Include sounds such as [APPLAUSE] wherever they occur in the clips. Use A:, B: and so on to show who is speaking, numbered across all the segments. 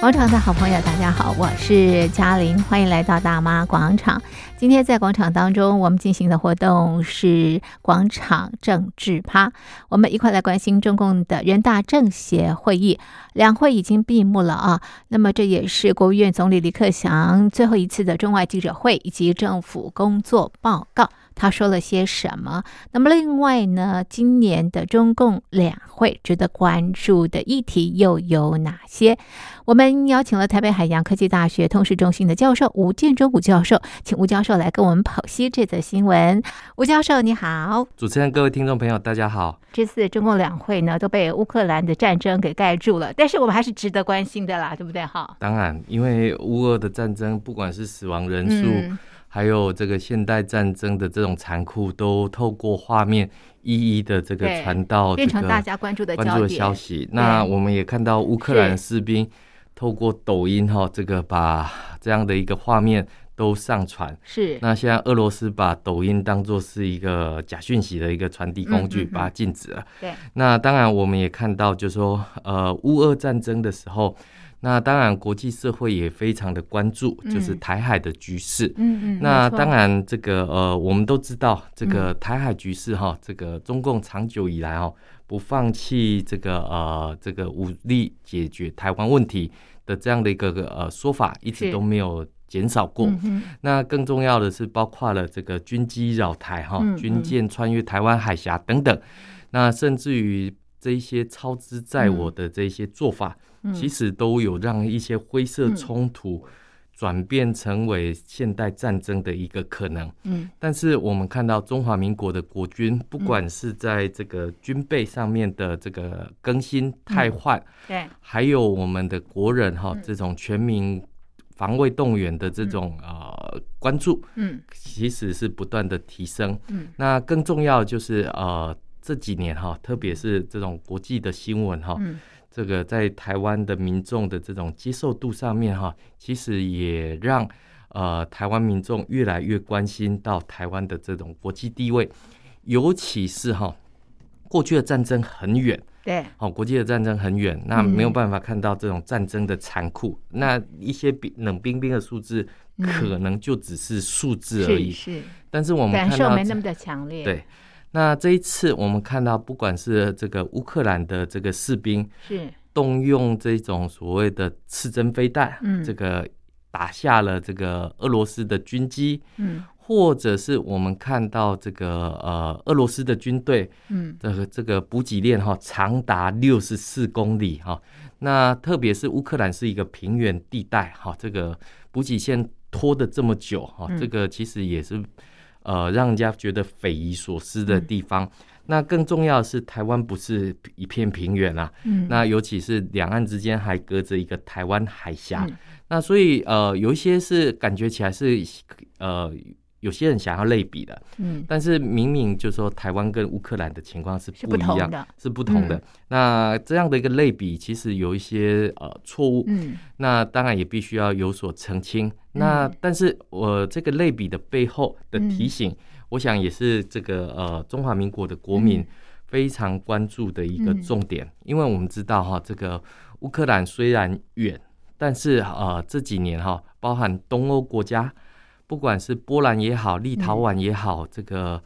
A: 广场的好朋友，大家好，我是嘉玲，欢迎来到大妈广场。今天在广场当中，我们进行的活动是广场政治趴，我们一块来关心中共的人大政协会议，两会已经闭幕了啊。那么这也是国务院总理李克强最后一次的中外记者会以及政府工作报告，他说了些什么？那么另外呢，今年的中共两会值得关注的议题又有哪些？我们邀请了台北海洋科技大学通识中心的教授吴建中吴教授，请吴教授来跟我们剖析这则新闻。吴教授你好，
B: 主持人、各位听众朋友，大家好。
A: 这次中共两会呢都被乌克兰的战争给盖住了，但是我们还是值得关心的啦，对不对哈？
B: 当然，因为乌俄的战争，不管是死亡人数，
A: 嗯
B: 还有这个现代战争的这种残酷，都透过画面一一的这个
A: 对
B: 传到哦这
A: 变成大
B: 个
A: 家关注的
B: 关
A: 焦
B: 注的
A: 点。
B: 消息。那我们也看到乌克兰士兵透过抖音哈，这个把这样的一个画面都上传。
A: 是，
B: 那现在俄罗斯把抖音当做是一个假讯息的一个传递工
A: 嗯
B: 具，
A: 嗯嗯
B: 把它禁止了。
A: 对，
B: 那当然我们也看到，就是说呃，乌俄战争的时候，那当然国际社会也非常的关注，
A: 嗯
B: 就是台海的局势。
A: 嗯嗯，
B: 那
A: 没错嗯
B: 当，然，这个呃，我们都知道，这个台海局势哈，这个中共长久以来哦，不放弃这个呃这个武力解决台湾问题的这样的一个呃说法，一直
A: 是
B: 都没有减少过。
A: 嗯哼
B: 那更重要的是，包括了这个军机扰台哈、
A: 嗯
B: 军舰穿越台湾海峡等等，那甚至于这一些超支在我的这一些做法，
A: 嗯
B: 其实都有让一些灰色冲突转变成为现代战争的一个可能。
A: 嗯
B: 但是我们看到中华民国的国军，不管是在这个军备上面的这个更新汰换，
A: 对，
B: 还有我们的国人哈、
A: 嗯
B: 这种全民防卫动员的这种、呃关注，
A: 嗯
B: 其实是不断的提升。
A: 嗯
B: 那更重要的就是呃这几年哈、特别是这种国际的新闻哈、
A: 嗯
B: 这个在台湾的民众的这种接受度上面哈、其实也让呃台湾民众越来越关心到台湾的这种国际地位，尤其是哈、过去的战争很远。
A: 对，
B: 哦，国际的战争很远，那
A: 嗯
B: 没有办法看到这种战争的残酷。那一些冰冷冰冰的数字，
A: 嗯
B: 可能就只是数字而
A: 是
B: 已。
A: 是，
B: 但是我们
A: 感
B: 看
A: 受
B: 到
A: 没那
B: 这
A: 么的强烈，
B: 对，那这一次我们看到，不管是这个乌克兰的这个士兵
A: 是，
B: 动用这种所谓的刺针飞弹，
A: 嗯
B: 这个打下了这个俄罗斯的军机，
A: 嗯
B: 或者是我们看到这个呃俄罗斯的军队
A: 嗯
B: 这个这个补给链哈、长达六十四公里哈、那特别是乌克兰是一个平原地带哈、这个补给线拖的这么久哈、
A: 嗯
B: 这个其实也是呃让人家觉得匪夷所思的地方。
A: 嗯
B: 那更重要的是，台湾不是一片平原啊，
A: 嗯，
B: 那尤其是两岸之间还隔着一个台湾海峡，
A: 嗯
B: 那所以呃有一些是感觉起来是呃有些人想要类比的，
A: 嗯
B: 但是明明就说台湾跟乌克兰的情况是
A: 是
B: 不
A: 不
B: 一
A: 同
B: 样，
A: 的，
B: 是不同的。
A: 嗯
B: 那这样的一个类比，其实有一些呃错误，
A: 嗯
B: 那当然也必须要有所澄清。那但是我、这个类比的背后的提
A: 嗯
B: 醒，我想也是这个呃中华民国的国民
A: 嗯
B: 非常关注的一个
A: 嗯
B: 重点，因为我们知道哈，这个乌克兰虽然远，但是呃这几年哈，包含东欧国家，不管是波兰也好，立陶宛也
A: 嗯
B: 好，这个。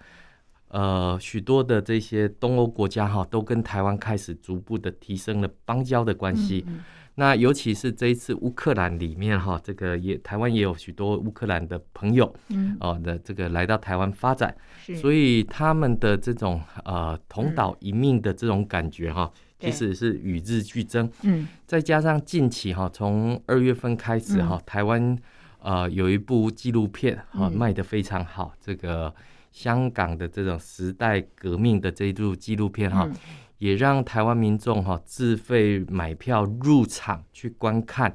B: 呃，许多的这些东欧国家哈，都跟台湾开始逐步的提升了邦交的关系。
A: 嗯嗯
B: 那尤其是这一次乌克兰里面哈，这个也台湾也有许多乌克兰的朋友
A: 嗯，
B: 哦的这个来到台湾发展，
A: 是，嗯
B: 所以他们的这种呃同岛一命的这种感觉哈，
A: 对
B: 其实是与日俱增。
A: 嗯
B: 再加上近期哈，从二月份开始哈，台湾呃有一部纪录片哈、
A: 嗯
B: 卖得非常好，这个香港的这种时代革命的这一部纪录片哈，
A: 嗯
B: 也让台湾民众哈自费买票入场去观看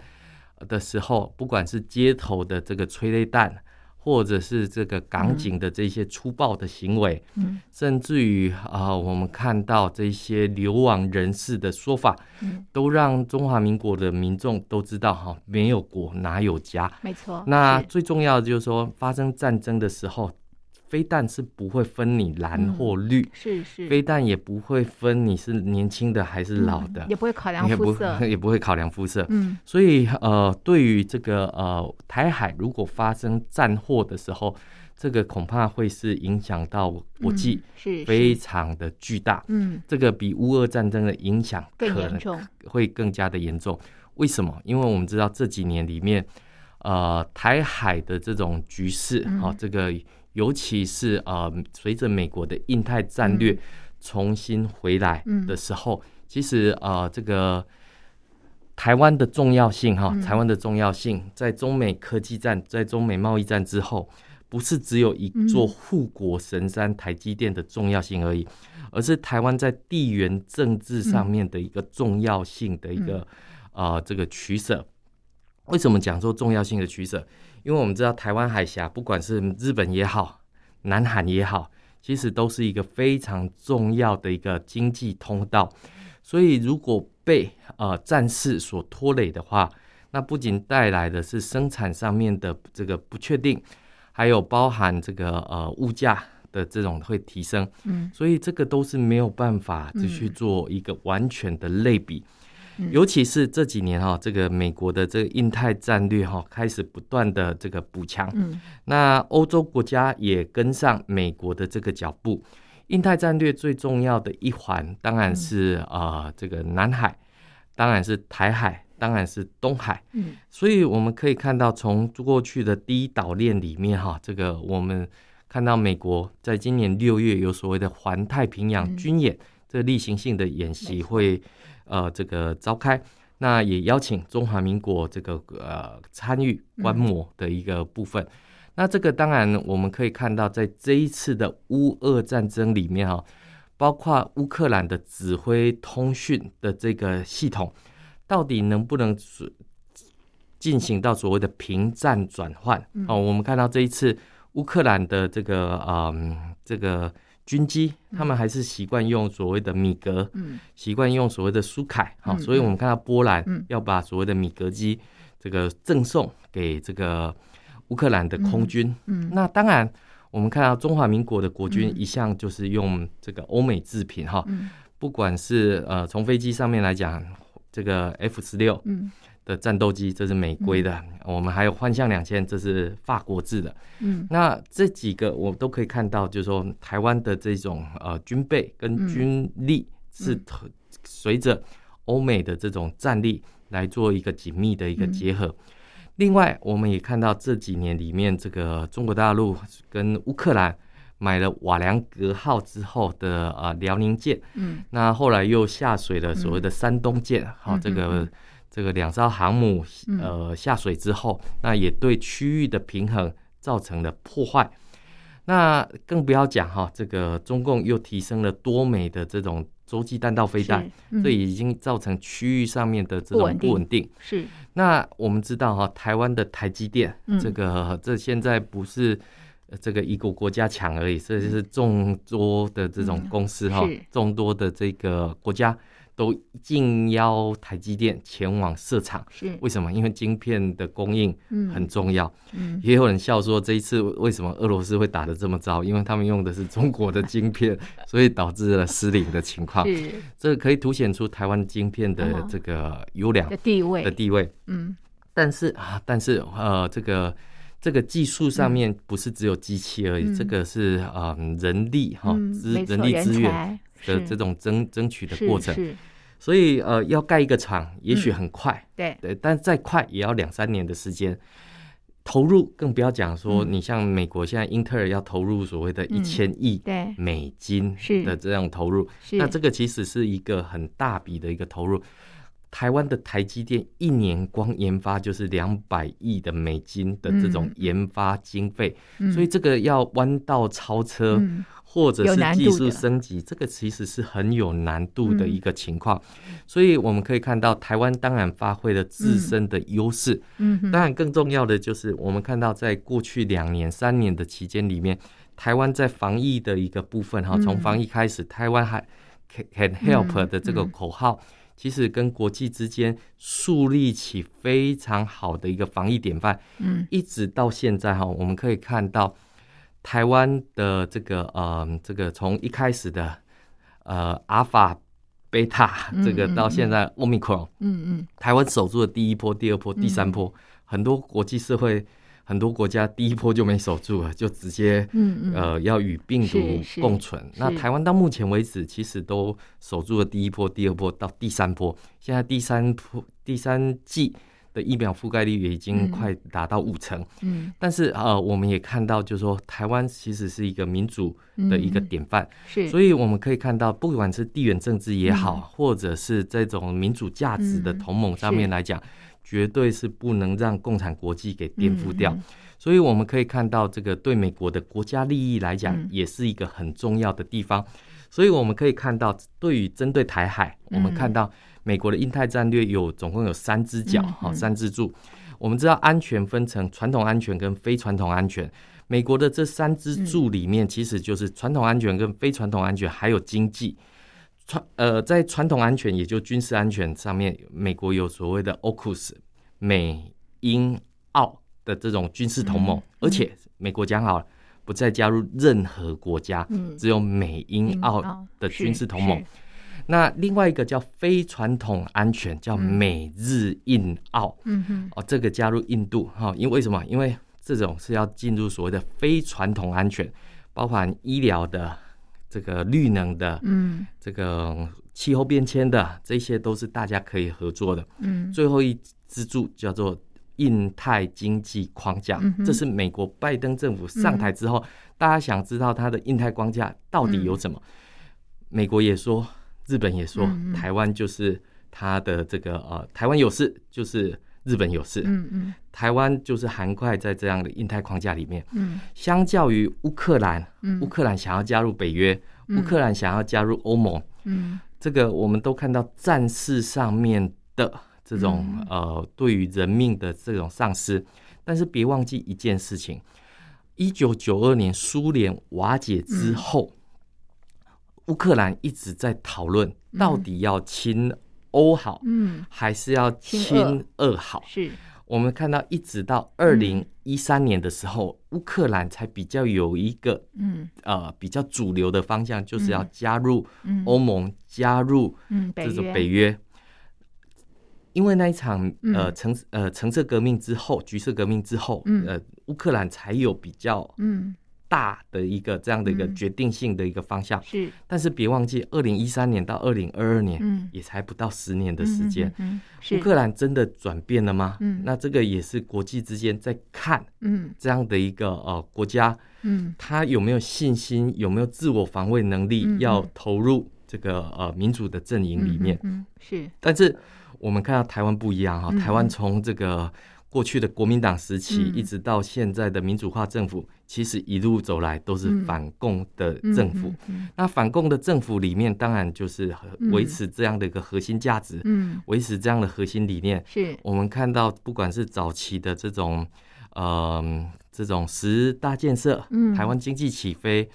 B: 的时候，不管是街头的这个催泪弹，或者是这个港警的这些粗暴的行为，
A: 嗯
B: 甚至于啊、我们看到这些流亡人士的说法，
A: 嗯，
B: 都让中华民国的民众都知道哈，没有国哪有家。
A: 没错，
B: 那
A: 是
B: 最重要的就是说，发生战争的时候，非但是不会分你蓝或绿，
A: 是是，
B: 非但也不会分你是年轻的还是老的
A: 嗯，也不会考量
B: 也
A: 肤
B: 不
A: 色，
B: [LAUGHS] 也不会考量肤色。
A: 嗯
B: 所以呃，对于这个呃台海如果发生战祸的时候，这个恐怕会是影响到国
A: 嗯
B: 际
A: 是
B: 非
A: 是
B: 常的巨大，
A: 嗯
B: 这个比乌俄战争的影响
A: 更
B: 可
A: 严
B: 能
A: 重，
B: 会更加的严重。为什么？因为我们知道这几年里面，呃，台海的这种局势，
A: 嗯
B: 哦，这个尤其是呃，随着美国的印太战略
A: 嗯
B: 重新回来
A: 嗯
B: 的时候，其实呃，这个台湾的重要性哈、
A: 嗯
B: 台湾的重要性，在中美科技战、在中美贸易战之后，不是只有一座
A: 嗯
B: 护国神山台积电的重要性而已，而是台湾在地缘政治上面的一个重要性的一个、呃这个取舍。为什么讲说重要性的取舍？因为我们知道台湾海峡，不管是日本也好，南韩也好，其实都是一个非常重要的一个经济通道。所以如果被呃战事所拖累的话，那不仅带来的是生产上面的这个不确定，还有包含这个呃物价的这种会提升。
A: 嗯
B: 所以这个都是没有办法
A: 嗯
B: 只去做一个完全的类比。
A: 嗯
B: 尤其是这几年哈、这个美国的这个印太战略哈、开始不断的这个补强，
A: 嗯
B: 那欧洲国家也跟上美国的这个脚步。印太战略最重要的一环当
A: 嗯
B: 然是啊、呃这个南海，当然是台海，当然是东海。
A: 嗯
B: 所以我们可以看到，从过去的第一岛链里面，哈，这个我们看到美国在今年六月有所谓的环太平洋
A: 嗯
B: 军演，这例行性的演习会，呃，这个召开。那也邀请中华民国这个呃参与
A: 嗯
B: 观摩的一个部分。那这个当然我们可以看到，在这一次的乌俄战争里面哈、哦包括乌克兰的指挥通讯的这个系统，到底能不能所进行到所谓的平战转换？
A: 嗯
B: 哦，我们看到这一次乌克兰的这个嗯这个军机，他们还是习惯用所谓的米格，
A: 嗯
B: 习惯用所谓的苏凯，哈、
A: 嗯
B: 所以我们看到波兰
A: 嗯
B: 要把所谓的米格机这个赠送给这个乌克兰的空军。
A: 嗯
B: 那当然，我们看到中华民国的国军
A: 嗯
B: 一向就是用这个欧美制品，哈、
A: 嗯
B: 不管是呃从飞机上面来讲，这个 F 十六
A: 嗯
B: 的战斗机这是美规的，我们还有幻象两千，这是法国制的。
A: 嗯
B: 那这几个我都可以看到，就是说台湾的这种呃军备跟军力是
A: 嗯
B: 特随着欧美的这种战力来做一个紧密的一个结
A: 嗯
B: 合。另外，我们也看到这几年里面，这个中国大陆跟乌克兰买了瓦良格号之后的呃辽宁舰，
A: 嗯
B: 那后来又下水了所谓的山东舰，好、
A: 嗯
B: 这
A: 嗯
B: 个
A: 嗯
B: 这个两艘航母
A: 嗯
B: 呃下水之后，那也对区域的平衡造成了破坏。那更不要讲哈、这个中共又提升了多枚的这种洲际弹道飞弹，
A: 是嗯
B: 这已经造成区域上面的这种
A: 不
B: 不
A: 稳
B: 稳定。
A: 是
B: 那我们知道哈、台湾的台积电，
A: 嗯
B: 这个这现在不是呃这个一个国家强而已，这就是众多的这种
A: 嗯
B: 公司哈、
A: 是
B: 众多的这个国家都竞邀台积电前往设厂。
A: 是
B: 为什么？因为晶片的供应
A: 嗯
B: 很重要。
A: 嗯
B: 也有人笑说，这一次为什么俄罗斯会打得这么糟？因为他们用的是中国的晶
A: [LAUGHS]
B: 片，所以导致了失灵的情况。
A: 是
B: 这可以凸显出台湾晶片的
A: 哦
B: 这个优良
A: 的地
B: 的
A: 位
B: 地位。
A: 嗯
B: 但是啊，但是呃，这个这个技术上面不是只有机器而已，
A: 嗯
B: 这个是呃人力哈
A: 嗯
B: 资、
A: 没错
B: 人力资源
A: 才
B: 的
A: 是
B: 这种争争取的
A: 是
B: 过程，
A: 是
B: 所以呃要盖一个厂也许
A: 嗯
B: 很快，
A: 对
B: 对，但再快也要两三年的时间。投入更不要讲说，
A: 嗯
B: 你像美国现在英特尔要投入所谓的一
A: 嗯
B: 千亿
A: 对
B: 美金
A: 是
B: 的这样投入，
A: 是
B: 那这个其实是一个很大笔的一个投入。台湾的台积电一年光研发就是两百亿的美金的这种
A: 嗯
B: 研发经费，
A: 嗯
B: 所以这个要弯道超车、
A: 嗯
B: 或者
A: 有
B: 是
A: 难
B: 技
A: 度
B: 术
A: 的嗯
B: 升级，这个其实是很有难度的一个情况。所以我们可以看到，台湾当然发挥了自身的优势，
A: 嗯哼
B: 当然，更重要的就是我们看到，在过去两年、三年的期间里面，台湾在防疫的一个部分哈，
A: 嗯
B: 从防疫开始，台湾还 can can
A: 嗯
B: help 的这个
A: 嗯
B: 口号，其实跟国际之间树立起非常好的一个防疫典范。
A: 嗯
B: 一直到现在哈，我们可以看到台湾的这个呃这个从一开始的呃阿尔法、贝塔
A: 嗯
B: 这个
A: 嗯
B: 到
A: 嗯
B: 现在 Omicron，
A: 嗯嗯
B: 台湾守住了第一波、第二波、第三波，
A: 嗯
B: 很多国际社会、很多国家第一波就没守住了，就直接、
A: 嗯嗯，
B: 呃要与病毒
A: 是是
B: 共存。那
A: 是
B: 台湾到目前为止，其实都守住了第一波、第二波到第三波，现在第三波、第三季的疫苗覆盖率也已
A: 嗯
B: 经快达到五成。
A: 嗯
B: 但是呃，我们也看到，就是说台湾其实是一个民主的一个
A: 嗯
B: 典范。
A: 是，
B: 所以我们可以看到，不管是地缘政治也好，
A: 嗯
B: 或者是这种民主价值的同盟上面
A: 是
B: 来讲，绝对是不能让共产国际给颠覆掉。
A: 嗯嗯
B: 所以我们可以看到，这个对美国的国家利益来讲
A: 嗯，
B: 也是一个很重要的地方。所以我们可以看到，对于针对台海，我们
A: 嗯
B: 看到美国的印太战略有总共有三只脚，
A: 嗯
B: 好、
A: 嗯
B: 三支柱。我们知道安全分成传统安全跟非传统安全。美国的这三支
A: 嗯
B: 柱里面，其实就是传统安全跟非传统安全，还有经济。传呃，在传统安全，也就军事安全上面，美国有所谓的 OCUS，美英澳的这种军事同盟，
A: 嗯
B: 而且美国讲好了，不再加入任何国家，
A: 嗯
B: 只有美英澳的
A: 是
B: 军事同盟
A: 是。
B: 那另外一个叫非传统安全，叫美日印澳。
A: 嗯哼
B: 哦，这个加入印度哈、因为为什么？因为这种是要进入所谓的非传统安全，包含医疗的、这个绿能的、
A: 嗯
B: 这个气候变迁的，这些都是大家可以合作的。
A: 嗯
B: 最后一支柱叫做印太经济框架，
A: 嗯哼嗯
B: 这是美国拜登政府上台之后，大家想知道它的印太框架到底
A: 嗯
B: 有什么？美国也说，日本也说，
A: 嗯嗯
B: 台湾就是它的这个呃，台湾有事就是日本有事，
A: 嗯嗯
B: 台湾就是涵盖在这样的印太框架里面。
A: 嗯
B: 相较于乌克兰，
A: 嗯
B: 乌克兰想要加入北约，
A: 嗯
B: 乌克兰想要加入欧盟，
A: 嗯
B: 这个我们都看到战事上面的这种、
A: 嗯
B: 呃对于人命的这种丧失，但是别忘记一件事情：一九九二年苏联瓦解之后，乌克兰一直在讨论到底要亲欧好、
A: 嗯
B: 还是要亲
A: 亲
B: 俄好。
A: 是
B: 我们看到，一直到二零一三年的时候，乌克兰才比较有一个
A: 嗯
B: 呃比较主流的方向，就是要
A: 嗯
B: 加入
A: 嗯
B: 欧盟，加入
A: 嗯
B: 哦这
A: 北
B: 种
A: 约
B: 北约。因为那一场呃
A: 嗯
B: 橙呃橙色革命之后，橘色革命之后，
A: 嗯
B: 呃，乌克兰才有比较
A: 嗯
B: 大的一个这样的一个
A: 嗯
B: 决定性的一个方向。
A: 是
B: 但是别忘记，二零一三年到二零二二年、
A: 嗯
B: 也才不到十年的时间，
A: 嗯嗯嗯嗯是
B: 乌克兰真的转变了吗？
A: 嗯
B: 那这个也是国际之间在看
A: 嗯
B: 这样的一个呃国家，
A: 嗯
B: 他有没有信心，有没有自我防卫能力
A: 嗯，嗯
B: 要投入这个呃民主的阵营里面。
A: 嗯嗯嗯是
B: 但是我们看到台湾不一样哈、
A: 嗯
B: 台湾从这个过去的国民党时期，
A: 嗯
B: 一直到现在的民主化政府，其实一路走来都是
A: 嗯
B: 反共的政府。
A: 嗯
B: 那反共的政府里面，当然就是和
A: 嗯
B: 维持这样的一个核心价值，
A: 嗯嗯
B: 维持这样的核心理念。
A: 是
B: 我们看到，不管是早期的这种，呃，这种十大建设，
A: 嗯
B: 台湾经济起飞，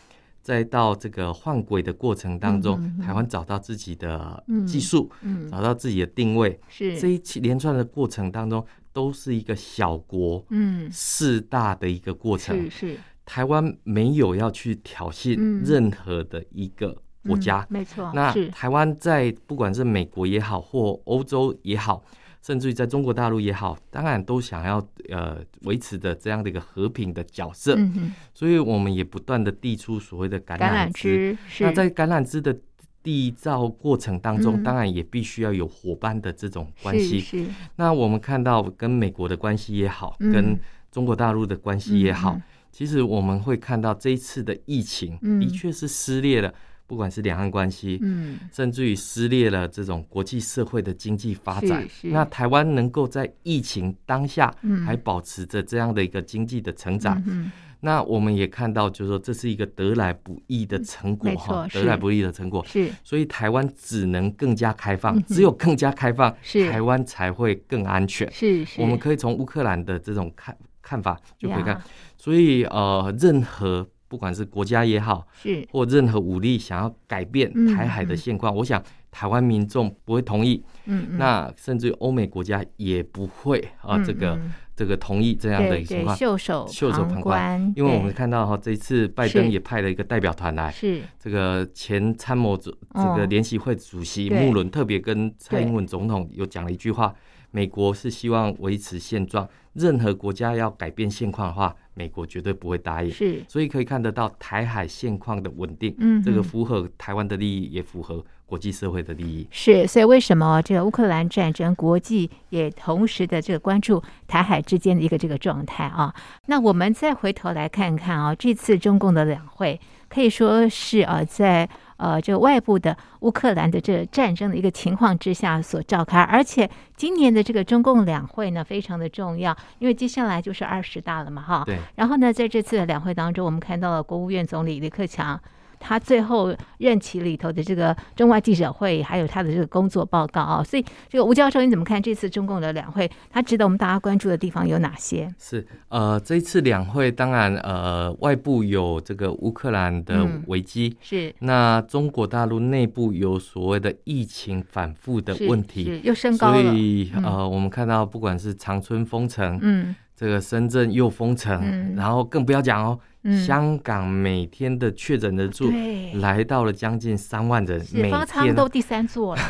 B: 再到这个换轨的过程当中，
A: 嗯嗯嗯
B: 台湾找到自己的
A: 嗯
B: 技术，
A: 嗯
B: 找到自己的定位，
A: 是
B: 这一期连串的过程当中，都是一个小国
A: 嗯
B: 势大的一个过程
A: 是。是
B: 台湾没有要去挑
A: 嗯
B: 衅任何的一个国家，
A: 嗯没错
B: 那
A: 是
B: 台湾在不管是美国也好，或欧洲也好，甚至于在中国大陆也好，当然都想要呃维持着这样的一个和平的角色，
A: 嗯哼
B: 所以我们也不断的递出所谓的橄
A: 橄榄
B: 枝。
A: 枝是
B: 那在橄榄枝的缔造过程当中，
A: 嗯
B: 当然也必须要有伙伴的这种关
A: 是
B: 系。
A: 是
B: 那我们看到跟美国的关系也好，
A: 嗯
B: 跟中国大陆的关系也好，
A: 嗯嗯
B: 其实我们会看到这一次的疫情
A: 嗯
B: 的确是撕裂了，不管是两岸关系，
A: 嗯
B: 甚至于撕裂了这种国际社会的经济发展。
A: 是是
B: 那台湾能够在疫情当下
A: 嗯
B: 还保持着这样的一个经济的成长，
A: 嗯嗯
B: 那我们也看到，就是说这是一个得来不易的成果
A: 没错
B: 哈，
A: 是
B: 得来不易的成果。
A: 是
B: 所以台湾只能更加开放，
A: 嗯哼
B: 只有更加开放，
A: 是
B: 台湾才会更安全。
A: 是是
B: 我们可以从乌克兰的这种看看法就可以看
A: 呀，
B: 所以呃，任何不管是国家也好，
A: 是
B: 或任何武力想要改变
A: 嗯
B: 台海的现况，我想台湾民众不会同意，
A: 嗯嗯
B: 那甚至于欧美国家也不会啊、
A: 嗯
B: 这个
A: 嗯
B: 这个同意这样的
A: 对
B: 一个情
A: 对，
B: 况。
A: 袖手
B: 袖手旁
A: 观，
B: 因为我
A: 对
B: 们看到哈，这一次拜
A: 是
B: 登也派了一个代表团来，
A: 是
B: 这个前参谋组这
A: 哦
B: 个联席会主席
A: 对
B: 穆伦特别跟蔡英文总统有讲了一句话：美国是希望维持现状，任何国家要改变现况的话，美国绝对不会答应。
A: 是，
B: 所以可以看得到台海现况的稳定，
A: 嗯
B: 这个
A: 哼
B: 符合台湾的利益，也符合国际社会的利益。
A: 是，所以为什么这个乌克兰战争，国际也同时的这个关注台海之间的一个这个状态啊？那我们再回头来看看啊，这次中共的两会可以说是啊，在呃这个外部的乌克兰的这战争的一个情况之下所召开，而且今年的这个中共两会呢非常的重要，因为接下来就是二十大了嘛，哈，
B: 对，
A: 然后呢，在这次的两会当中，我们看到了国务院总理李克强，他最后任期里头的这个中外记者会，还有他的这个工作报告啊。所以，这个吴教授你怎么看这次中共的两会？它值得我们大家关注的地方有哪些？
B: 是呃，这一次两会当然呃，外部有这个乌克兰的
A: 嗯
B: 危机，
A: 是
B: 那中国大陆内部有所谓的疫情反复的
A: 是
B: 问题，
A: 是又升高
B: 所
A: 了。
B: 以、呃，我们看到不管是长春封城，
A: 嗯
B: 这个深圳又封城，
A: 嗯
B: 然后更不要讲哦，
A: 嗯，
B: 香港每天的确诊人数
A: 对，
B: 来到了将近三万人，
A: 是
B: 每
A: 方舱
B: 天
A: 都第三座了。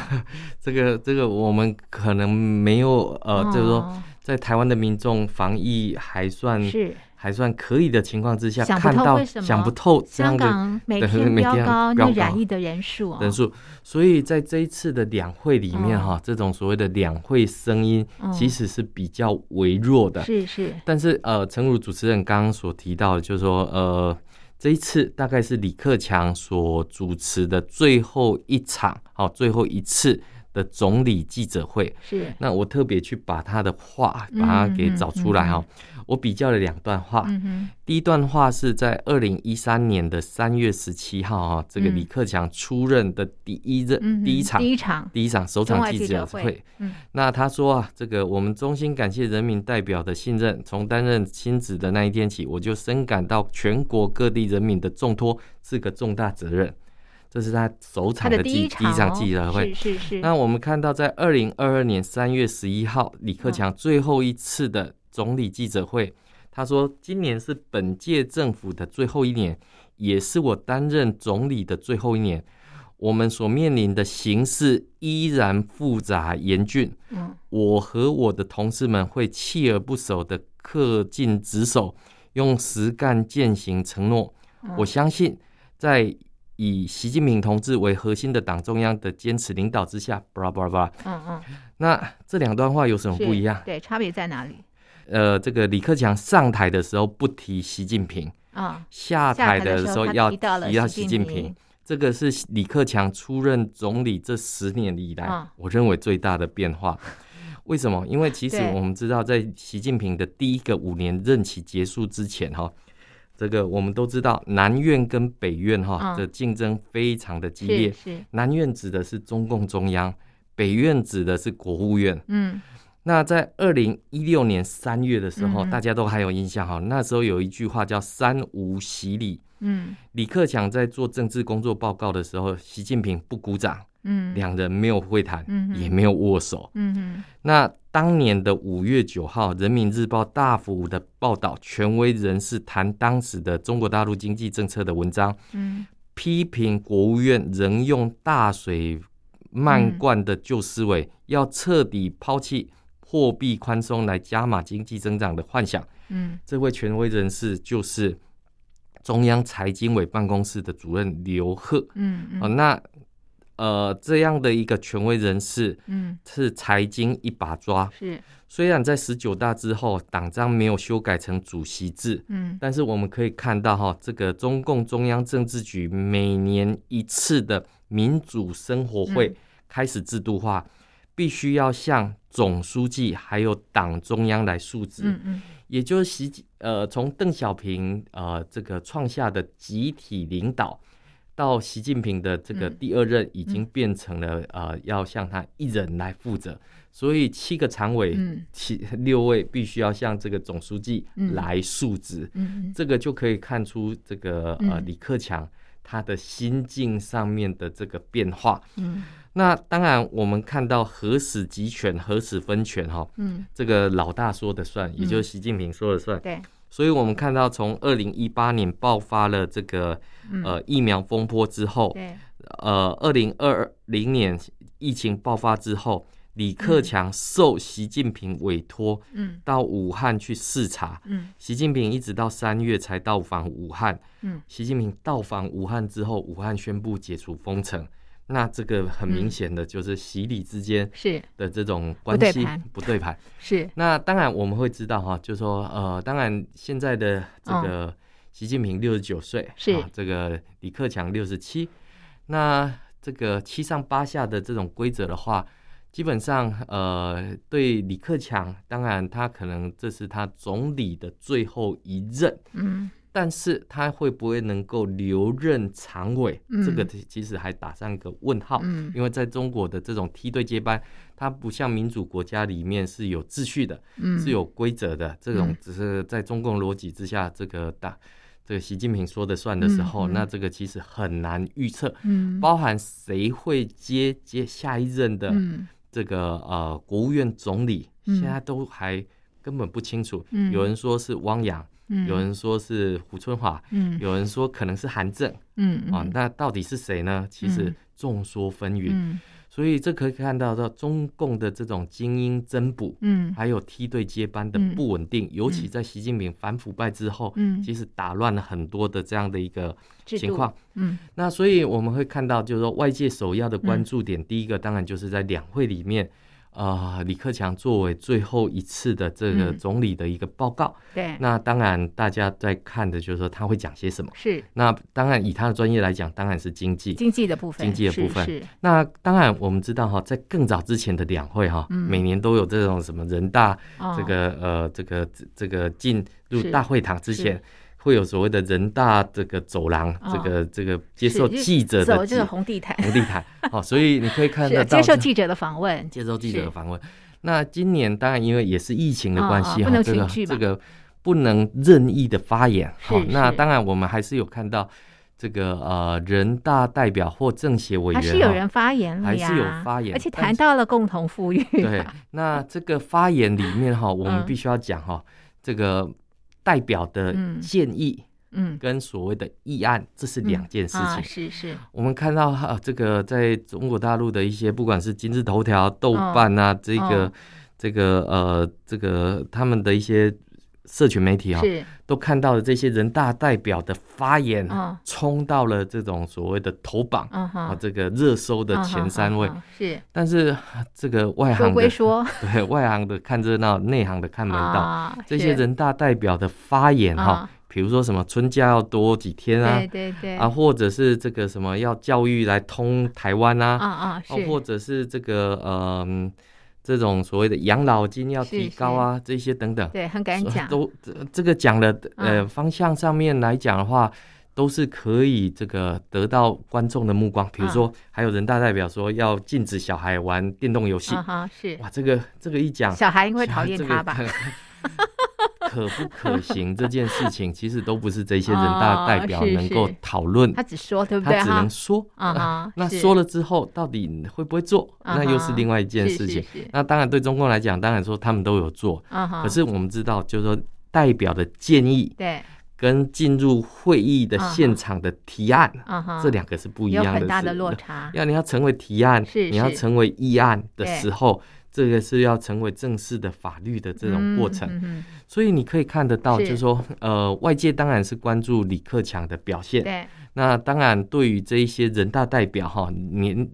B: 这个这个我们可能没有呃，就是说嗯
A: 哦
B: 在台湾的民众防疫还算
A: 是
B: 还算可以的情况之下，
A: 想不
B: 看
A: 透
B: 到
A: 为什么
B: 想不透这
A: 香
B: 样的
A: 港每
B: 对
A: 天
B: 每
A: 飙
B: 天
A: 高
B: 飙
A: 那
B: 高
A: 染疫的人数啊，
B: 人数，所以在这一次的两会里面哈、这种所谓的两会声音
A: 嗯
B: 其实是比较微弱的。
A: 是是
B: 但是呃，诚如主持人刚刚所提到的，就是说呃，这一次大概是李克强所主持的最后一场，好、最后一次的总理记者会。
A: 是，
B: 那我特别去把他的话
A: 嗯
B: 把它给
A: 嗯
B: 找出来哈、我比较了两段话。
A: 嗯哼，
B: 第一段话是在二零一三年的三月十七号哈、这个
A: 嗯
B: 李克强出任的第一任、
A: 嗯哼
B: 第一场
A: 第一场，
B: 第一场首
A: 中
B: 场
A: 外
B: 记
A: 记
B: 者
A: 者
B: 会。
A: 会嗯
B: 那他说啊，这个我们衷心感谢人民代表的信任。从担任亲子的那一天起，我就深感到全国各地人民的重托是个重大责任。这是他首
A: 他
B: 场
A: 的
B: 的记
A: 一
B: 第一场
A: 哦
B: 记者会。
A: 是是是，
B: 那我们看到，在二零二二年三月十一号，李克强最后一次的总理记者会，他说：“今年是本届政府的最后一年，也是我担任总理的最后一年。我们所面临的形势依然复杂严峻，
A: 嗯
B: 我和我的同事们会锲而不舍地恪尽职守，用实干践行承诺。
A: 嗯
B: 我相信，在以习近平同志为核心的党中央的坚持领导之下，巴拉巴拉巴拉。
A: 嗯嗯，
B: 那这两段话有什么
A: 是
B: 不一样？
A: 对，差别在哪里
B: 呃，这个李克强上台的时候不提习近平，
A: 啊？
B: 下
A: 下
B: 台的
A: 时
B: 时
A: 候
B: 候
A: 他
B: 要
A: 提到了
B: 到习近平
A: 平。，
B: 这个是李克强出任总理这十年以来，
A: 啊
B: 我认为最大的变化。为什么？因为其实
A: 对
B: 我们知道，在习近平的第一个五年任期结束之前，哈，这个我们都知道，南院跟北院哈
A: 嗯
B: 的竞争非常的激烈
A: 是。是，
B: 南院指的是中共中央，北院指的是国务院。
A: 嗯
B: 那在二零一六年三月的时候，
A: 嗯
B: 大家都还有印象哈，那时候有一句话叫“三无洗礼”，
A: 嗯
B: 李克强在做政治工作报告的时候，习近平不鼓掌，
A: 嗯，
B: 两人没有会谈，
A: 嗯哼
B: 也没有握手。
A: 嗯嗯
B: 那当年的五月九号，《人民日报》大幅的报道，权威人士谈当时的中国大陆经济政策的文章，
A: 嗯
B: 批评国务院仍用大水
A: 嗯
B: 漫灌的旧思维，要彻底抛弃货币宽松来加码经济增长的幻想。
A: 嗯
B: 这位权威人士就是中央财经委办公室的主任刘鹤。
A: 嗯
B: 哦，
A: 嗯
B: 那呃，这样的一个权威人士
A: 嗯，
B: 是财经一把抓。
A: 是
B: 虽然在十九大之后，党章没有修改成主席制，
A: 嗯
B: 但是我们可以看到哈、这个中共中央政治局每年一次的民主生活
A: 嗯
B: 会开始制度化，必须要向总书记还有党中央来述职。
A: 嗯嗯
B: 也就是习近呃，从邓小平呃这个创下的集体领导，到习近平的这个
A: 嗯
B: 第二任，已经变成了、呃要向他一人来负责，所以七个常委、
A: 嗯
B: 七六位必须要向这个总书记
A: 嗯
B: 来述职，
A: 嗯嗯，
B: 这个就可以看出这个呃
A: 嗯
B: 李克强他的心境上面的这个变化。
A: 嗯
B: 那当然，我们看到何死集权，何死分权哈、
A: 嗯，
B: 这个老大说的算，也就是习近平说了算。
A: 对，
B: 所以我们看到，从二零一八年爆发了这个
A: 嗯
B: 呃疫苗风波之后，
A: 对，
B: 呃，二零二零年疫情爆发之后，李克强受习近平委托
A: 嗯
B: 到武汉去视察。
A: 嗯
B: 习近平一直到三月才到访武汉。
A: 嗯
B: 习近平到访武汉之后，武汉宣布解除封城。那这个
A: 嗯
B: 很明显的就是习李之间
A: 是
B: 的这种
A: 不
B: 关
A: 对
B: 系
A: 盘
B: 不对盘。
A: 是，
B: 那当然我们会知道哈，就说呃，当然现在的这个习近平六十九岁，
A: 嗯是
B: 啊这个李克强六十七，那这个七上八下的这种规则的话，基本上呃，对李克强，当然他可能这是他总理的最后一任，
A: 嗯
B: 但是他会不会能够留任常委，
A: 嗯
B: 这个其实还打上一个问号。
A: 嗯
B: 因为在中国的这种梯队接班，它不像民主国家里面是有秩序的，
A: 嗯
B: 是有规则的。这种
A: 嗯
B: 只是在中共逻辑之下，这个大这个习近平说的算的时候，
A: 嗯嗯
B: 那这个其实很难预测，
A: 嗯
B: 包含谁会接接下一任的
A: 嗯
B: 这个呃国务院总理，
A: 嗯
B: 现在都还根本不清楚。
A: 嗯
B: 有人说是汪洋，
A: 嗯
B: 有人说是胡春华，
A: 嗯
B: 有人说可能是韩正
A: 嗯
B: 啊。
A: 嗯
B: 那到底是谁呢？其实
A: 嗯
B: 众说纷纭。
A: 嗯
B: 所以这可以看到，到中共的这种精英增补，
A: 嗯
B: 还有梯队接班的
A: 嗯
B: 不稳定，尤其在习近平反腐败之后，
A: 嗯
B: 其实打乱了很多的这样的一个
A: 制
B: 情
A: 度
B: 况。
A: 嗯
B: 那所以我们会看到，就是说外界首要的关注点，第一个当然就是在两会里面，呃，李克强作为最后一次的这个
A: 嗯
B: 总理的一个报告，
A: 对
B: 那当然大家在看的就是说他会讲些什么。
A: 是
B: 那当然以他的专业来讲，当然是经济。
A: 经济的部分，
B: 经济的
A: 是
B: 部分
A: 是
B: 那当然，我们知道哈，在更早之前的两会哈，
A: 嗯
B: 每年都有这种什么人大
A: 哦
B: 这个、呃这个这这个进入
A: 是
B: 大会堂之前
A: 是，
B: 会有所谓的人大这个走廊，
A: 哦
B: 这个这个接
A: 是
B: 受
A: 就是
B: 记者
A: 走
B: 的
A: 这
B: 记
A: 个红地
B: [LAUGHS]
A: 毯，
B: 红地毯，好、所以你可以看
A: 是
B: 得到
A: 接受记者的访问，
B: 接受记者
A: 是
B: 的访问。那今年当然因为也是疫情的关系
A: 哦哦
B: 哈、
A: 不能
B: 这
A: 群
B: 个
A: 聚吧
B: 这个不能任意的发言。好、
A: 是
B: 那
A: 是
B: 当然我们还是有看到这个呃人大代表或政协委
A: 还
B: 员
A: 是有
B: 哈
A: 人发言了
B: 还
A: 呀，
B: 是有发言
A: 而且
B: 但
A: 谈
B: 是
A: 到了共同富裕，
B: 对，那这个发言里面哈，我
A: 啊嗯
B: 们必须要讲哈，这个代表的
A: 嗯
B: 建议
A: 嗯，
B: 跟所谓的议案，这是两件事
A: 啊，
B: 情。
A: 是是，
B: 我们看到哈，这个在中国大陆的一些，不管是今日头条、豆瓣啊，这个、
A: 哦
B: 这个呃，这个他们的一些社群媒体啊，
A: 是
B: 都看到了这些人大代表的发言，
A: 嗯
B: 冲到了这种所谓的头榜、
A: 嗯哈
B: 啊，这个热搜的
A: 嗯
B: 前
A: 哼
B: 三位。
A: 嗯哼是
B: 但是呃这个外
A: 说
B: 行的
A: 归说，
B: 对 [LAUGHS] 外行的看热闹，内行的看门道。
A: 啊，
B: 这些
A: 是
B: 人大代表的发言哈
A: 啊，
B: 比、如说什么春假要多几天啊
A: 对，对对
B: 啊，或者是这个什么要教育来通台湾啊，
A: 啊啊是
B: 哦，或者是这个嗯、这种所谓的养老金要
A: 是
B: 提高啊，这些等等，
A: 对，很敢
B: 所以
A: 讲，啊
B: 都这这个讲了呃、方向上面来讲的话。都是可以这个得到观众的目光，比如
A: 啊
B: 说还有人大代表说要禁止小孩玩电动游戏，
A: 啊哈是，
B: 哇，这个这个一讲，
A: 小孩应该会讨厌
B: [LAUGHS] 这个
A: 他吧？
B: 可可不可行这件事情，其实都不是这些人大代表
A: 哦是
B: 能够
A: 是
B: 讨论，
A: 他只说对不
B: 他
A: 对
B: 只
A: 哈
B: 能？说。
A: 啊哈，
B: 那
A: 是
B: 说了之后，到底会不会做，
A: 啊
B: 那又是
A: 哈
B: 另外一件
A: 是
B: 事
A: 是
B: 情。
A: 是
B: 那当然，对中共来讲，当然说他们都有做，
A: 啊哈，
B: 可是我们知道，就是说代表的建议
A: 对
B: 跟进入会议的
A: 啊哈
B: 现场的提案，
A: 啊哈，
B: 这两个是不一
A: 有
B: 样的事。
A: 很大的落 [LAUGHS] 差，
B: 要你要成为提案，
A: 是
B: 你要
A: 是
B: 成为议案的
A: 对
B: 时候，这个是要成为正式的法律的这种过程。
A: 嗯嗯嗯
B: 所以你可以看得到，
A: 是
B: 就是说，呃，外界当然是关注李克强的表现。
A: 对，
B: 那当然，对于这一些人大代表哈，年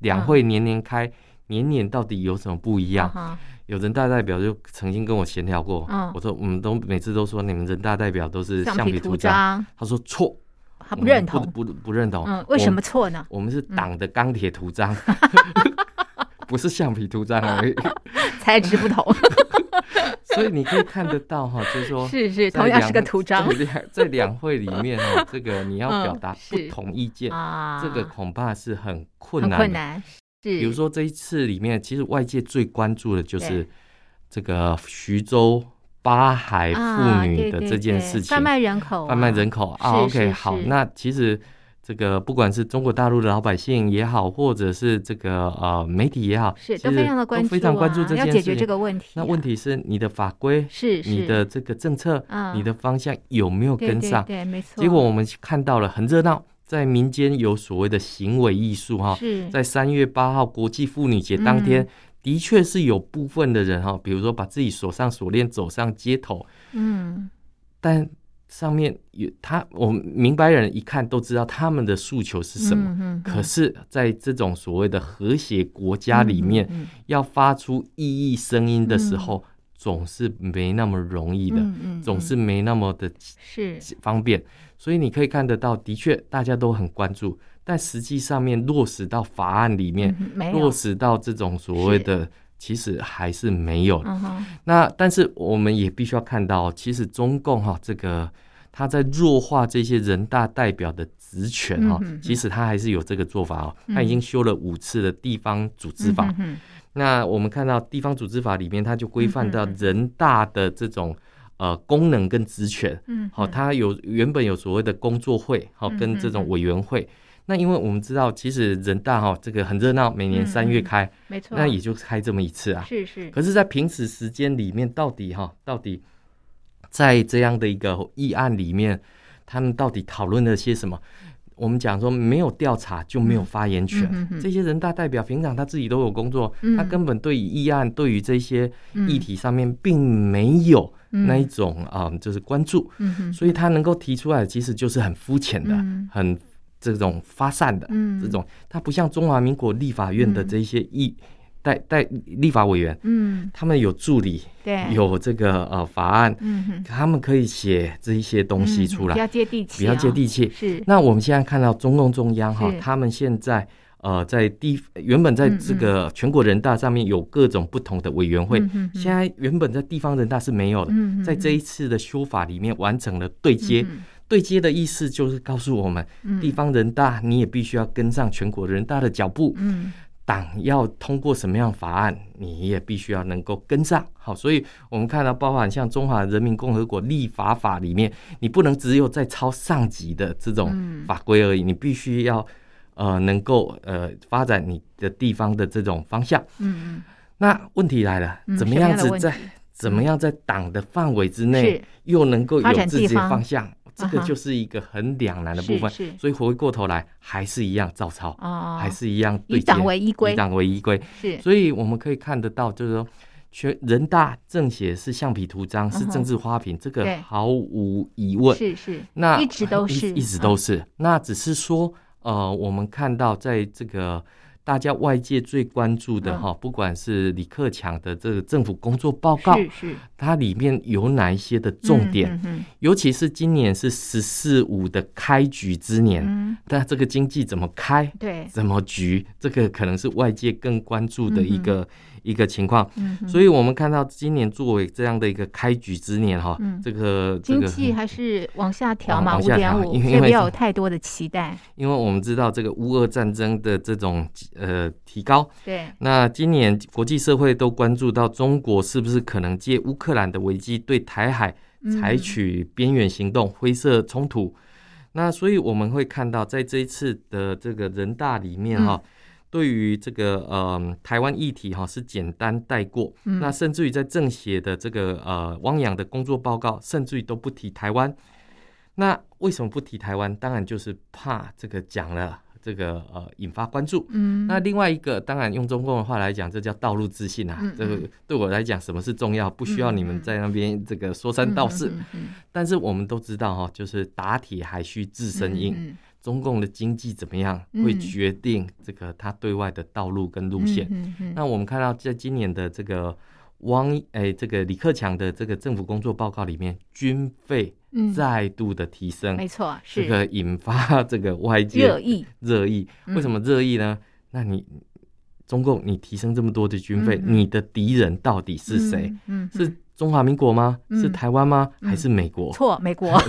B: 两会
A: 嗯
B: 年年开，年年到底有什么不一
A: 啊
B: 样？
A: 哈，
B: 有人大代表就曾经跟我闲聊过，
A: 嗯
B: 我说我们都每次都说你们人大代表都是
A: 橡
B: 橡
A: 皮
B: 皮
A: 图
B: 图章，
A: 章，
B: 他说错，
A: 他
B: 我
A: 不
B: 们
A: 认同，
B: 不不认同。
A: 嗯，为什么错呢？
B: 哦
A: [LAUGHS]
B: 我们是党的钢铁图 [LAUGHS] 章，不是橡皮图章而已。
A: 材质不同，
B: [LAUGHS] 所以你可以看得到哈，就是说。
A: [LAUGHS] 是是，
B: 在
A: 同样是
B: 两
A: 个图章
B: 在两在两会里面哦， [LAUGHS] 这个你要表达
A: 嗯
B: 不
A: 是
B: 同意见，
A: 啊，
B: 这个恐怕是很困
A: 很
B: 难的。
A: 困难，是，
B: 比如说这一次里面，其实外界最关注的就是这个徐州八孩
A: 啊
B: 妇女
A: 对
B: 的
A: 对
B: 这件
A: 对
B: 事情，
A: 贩卖人口啊，
B: 贩卖人口啊。
A: 是
B: OK，
A: 是
B: 好，
A: 是
B: 那其实这个不管是中国大陆的老百姓也好，或者是这个呃媒体也好，
A: 是
B: 其
A: 都
B: 实
A: 非常的关注、啊，
B: 非常关注这件
A: 要
B: 事
A: 解决
B: 情
A: 这个问题啊、
B: 那问题是你的法规、
A: 是是
B: 你的这个政策、
A: 嗯
B: 你的方向有没有
A: 对
B: 跟上？
A: 对对，没错。
B: 结果我们看到了很热闹，在民间有所谓的行为艺术哈，
A: 是
B: 在三月八号国际妇女节当天，
A: 嗯
B: 的确是有部分的人哈，比如说把自己锁上锁链走上街头，
A: 嗯
B: 但上面有他，我们明白人一看都知道他们的诉求是什么。
A: 嗯嗯嗯
B: 可是，在这种所谓的和谐国家里面，
A: 嗯嗯
B: 要发出异议声音的时候，总是没那么容易的，
A: 嗯嗯
B: 总是没那么的
A: 是嗯
B: 方便。所以你可以看得到，的确大家都很关注，但实际上面落实到法案里面，
A: 嗯没
B: 落
A: 有，
B: 实到这种所谓的，其实还是没有。
A: 嗯哼，
B: 那但是我们也必须要看到，其实中共哈、这个。他在弱化这些人大代表的职权哈、
A: 嗯哼嗯
B: 其实他还是有这个做法哦。
A: 嗯
B: 他已经修了五次的地方组织法，
A: 嗯哼
B: 那我们看到地方组织法里面，它就规范到
A: 嗯嗯嗯
B: 人大的这种呃功能跟职权。
A: 嗯，
B: 好、它有原本有所谓的工作会，好、
A: 嗯
B: 跟这种委员会。那因为我们知道，其实人大哈、这个很热闹，每
A: 嗯啊
B: 年三月开，
A: 没错，
B: 那也就开这么一次啊。
A: 是是，
B: 可是，在平时时间里面，到底哈、到底在这样的一个议案里面，他们到底讨论了些什么？我们讲说，没有调查就没有发言权。
A: 嗯哼
B: 这些人大代表平常他自己都有工作，
A: 嗯
B: 他根本对于议案、对于这些
A: 嗯
B: 议题上面并没有
A: 嗯
B: 那一种啊、就是关注，
A: 嗯哼，
B: 所以他能够提出来，其实就是很肤浅的、
A: 嗯
B: 很这种发散的、
A: 嗯
B: 这种，他不像中华民国立法院的
A: 嗯
B: 这些议代代立法委员，
A: 嗯
B: 他们有助理，
A: 对，
B: 有这个呃法案，
A: 嗯哼
B: 他们可以写这一些东西出
A: 嗯
B: 来，
A: 比较接地气，
B: 比较接，地气。
A: 是
B: 那我们现在看到中共中央哈
A: 是，
B: 他们现在呃在地原本在
A: 嗯
B: 这个全国人大上面有各种不同的委员会，
A: 嗯哼哼
B: 现在原本在地方人大是没有的，
A: 嗯哼
B: 在这一次的修法里面完成了对接。
A: 嗯
B: 对接的意思就是告诉我们，
A: 嗯
B: 地方人大你也必须要跟上全国人大的脚步，
A: 嗯
B: 党要通过什么样的法案，你也必须要能够跟上。好，所以我们看到，包含像《中华人民共和国立法法》里面，你不能只有在抄上级的这种
A: 嗯
B: 法规而已，你必须要呃能够呃发展你的地方的这种方向。
A: 嗯
B: 那问题来了
A: 嗯，
B: 怎么样
A: 什
B: 子
A: 么样的
B: 在、怎么样在党的范围之
A: 嗯，
B: 内
A: 是
B: 又能够
A: 发
B: 有
A: 展
B: 自
A: 地
B: 己的
A: 方
B: 方向？这
A: 啊
B: 个
A: 哈
B: 就是一个很两难的部分。
A: 是是
B: 所以回过头来，还是一样照抄，
A: 哦，
B: 还是一样对
A: 以党
B: 接
A: 为依归
B: 以，党为依归。
A: 是
B: 所以我们可以看得到，就是说，全人大政协是橡皮图章，是
A: 嗯哼
B: 政治花瓶，这
A: 对
B: 个毫无疑问。
A: 是是，
B: 那
A: 一直都是
B: [LAUGHS]
A: 嗯
B: 一一直都是。那只是说，呃，我们看到在这个大家外界最关注的
A: 嗯
B: 哈，不管是李克强的这个政府工作报告，
A: 是是
B: 它里面有哪一些的重点？，
A: 嗯
B: 尤其是今年是“十四五”的开局之
A: 嗯
B: 年，
A: 嗯嗯，
B: 那这个经济怎么开？
A: 对，
B: 怎么局，这个可能是外界更关注的一个、一个情况。
A: 嗯哼
B: 所以，我们看到今年作为这样的一个开局之年，哈、
A: 嗯
B: 这个这
A: 经
B: 个，
A: 济还是往下调
B: 往
A: 嘛，
B: 往
A: 五
B: 下
A: 点
B: 调
A: 五，
B: 因
A: 所以
B: 为
A: 不
B: 因为
A: 要有
B: 是
A: 太多的期待。
B: 因为我们知道这个乌俄战争的这种呃提高，
A: 对，
B: 那今年国际社会都关注到中国是不是可能借乌克兰的危机对台海采取边缘行动、灰色冲突。那所以我们会看到，在这一次的这个人大里面哈、
A: 嗯
B: 对于这个呃台湾议题哈、是简单带过，
A: 嗯
B: 那甚至于在政协的这个呃汪洋的工作报告，甚至于都不提台湾。那为什么不提台湾？当然就是怕这个讲了这个呃引发关注。
A: 嗯，
B: 那另外一个，当然用中共的话来讲，这叫道路自信啊。
A: 嗯
B: 这个
A: 嗯
B: 对我来讲，什么是重要，不需要你
A: 嗯嗯
B: 们
A: 嗯
B: 在那边这个说三道四。
A: 嗯，嗯
B: 但是我们都知道哈、就是打铁还需自身硬。，
A: 嗯
B: 中共的经济怎么样，
A: 嗯
B: 会决定这个他对外的道路跟路线。
A: 嗯嗯嗯嗯
B: 那我们看到，在今年的这个汪哎、这个李克强的这个政府工作报告里面，军费
A: 嗯
B: 再度的提升，
A: 没错，
B: 这
A: 是
B: 个引发这个外界
A: 热议，
B: 热议。
A: 嗯
B: 为什么热议呢？那你中共你提升这么多的军费，
A: 嗯嗯
B: 你的敌人到底是谁？
A: 嗯？嗯，嗯
B: 是中华民国吗？
A: 嗯
B: 是台湾吗？
A: 嗯
B: 还是美国？
A: 错，美国
B: [LAUGHS]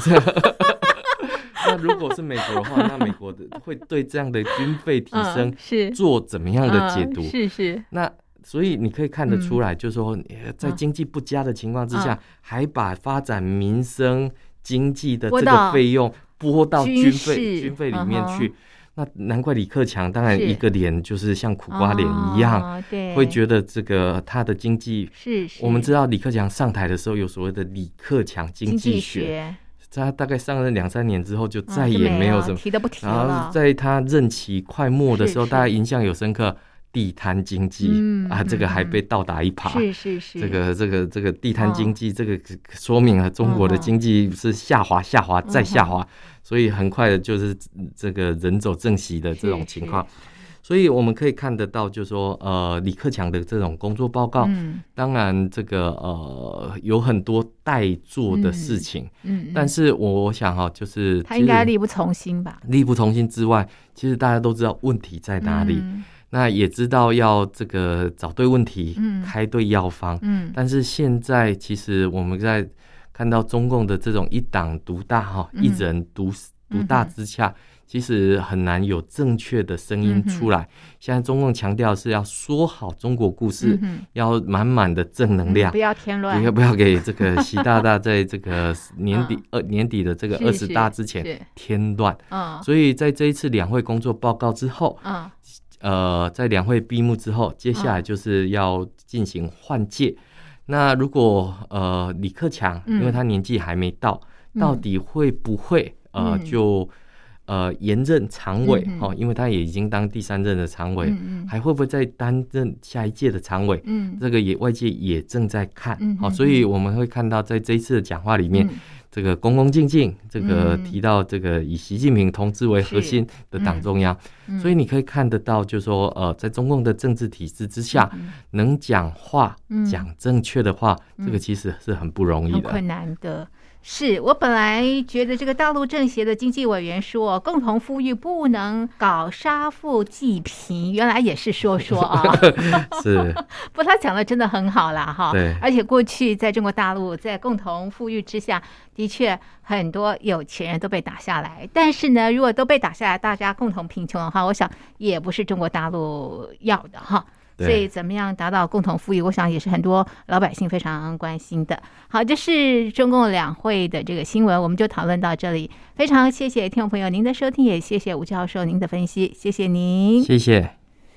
B: 那如果是美国的话，那美国的会对这样的军费提升
A: 嗯是
B: 做怎么样的解读？
A: 嗯是是，
B: 那所以你可以看得
A: 嗯
B: 出来，就是说，呃在经济不佳的情况之下，还把发展民生经济的这
A: 我
B: 个
A: 懂
B: 费用拨到军
A: 军
B: 费
A: 事
B: 军费里面
A: 嗯哼
B: 去。那难怪李克强，当然
A: 是
B: 一个脸就是像苦瓜脸一样，
A: 哦对，
B: 会觉得这个他的经济。
A: 是是，
B: 我们知道李克强上台的时候有所谓的李克强经
A: 经
B: 济
A: 济
B: 学，
A: 学
B: 在他大概上任两三年之后就
A: 嗯
B: 再
A: 就
B: 也没有
A: 了
B: 什么。
A: 提都不提
B: 然后
A: 了，
B: 在他任期快末的
A: 是
B: 时候，
A: 是
B: 大家印象有深刻，地摊经济、
A: 嗯
B: 啊，这个还
A: 嗯
B: 被倒打一耙。
A: 是是是嗯
B: 这个这个这个地摊
A: 哦
B: 经济，这个说明了中国的
A: 嗯哼
B: 经济是下滑、下滑再下
A: 嗯
B: 滑，所以很快的就是这个人走政息的这种
A: 是
B: 情况。所以我们可以看得到，就是说，呃，李克强的这种工作报告，
A: 嗯
B: 当然这个呃有很多待做的事情，
A: 嗯，
B: 但
A: 嗯
B: 是我我想哈、就是
A: 他应该
B: 其实
A: 力不从心吧？
B: 力不从心之外，其实大家都知道问题在哪里，
A: 嗯
B: 那也知道要这个找对问题，
A: 嗯
B: 开对药方，
A: 嗯，
B: 但是现在其实我们在看到中共的这种一党独大哈，
A: 嗯
B: 一人独独大之下，其实很难有正确的声音出来。现在中共强调是要说好中国故事
A: 嗯，哼嗯
B: 要满满的正能量
A: 不。要添乱
B: 不，要不要给这个习大大在这
A: [LAUGHS]
B: 个年底
A: 嗯
B: 呃年底的这个
A: 是
B: 二
A: 是
B: 十大之前
A: 是
B: 添乱，
A: 嗯
B: 所以在这一次两会工作报告之后，
A: 嗯
B: 呃，在两会闭幕之后，接下来就是要进行换届。那如果呃李克强，
A: 嗯
B: 因为他年纪还没到，
A: 嗯
B: 到底会不会呃
A: 嗯
B: 就呃延任常委
A: 嗯嗯
B: 哦？因为他也已经当第三任的常委，
A: 嗯嗯
B: 还会不会再担任下一届的常委？
A: 嗯
B: 这个也外界也正在看
A: 嗯，
B: 好、
A: 嗯
B: 所以我们会看到在这一次的讲话里面，
A: 嗯
B: 这个恭恭敬敬，这个
A: 嗯
B: 提到这个以习近平同志为核
A: 是
B: 心的党
A: 嗯
B: 中央，
A: 嗯
B: 所以你可以看得到，就是说，呃，在中共的政治体制之下，
A: 嗯
B: 能讲话
A: 嗯、
B: 讲正确的话，
A: 嗯
B: 这个其实是很不容易
A: 很
B: 的。
A: 困难的。是我本来觉得这个大陆政协的经济委员说，共同呼吁不能搞杀富济贫，原来也是说说啊。
B: 是，
A: 不过他讲的真的很好啦，哈。
B: 对
A: 而且过去在中国大陆，在共同富裕之下，的确很多有钱人都被打下来。但是呢，如果都被打下来，大家共同贫穷的话，我想也不是中国大陆要的哈。
B: 对
A: 所以，怎么样达到共同富裕，我想也是很多老百姓非常关心的。好，这是中共两会的这个新闻，我们就讨论到这里。非常谢谢听众朋友您的收听，也谢谢吴教授您的分析，谢谢您。
B: 谢谢。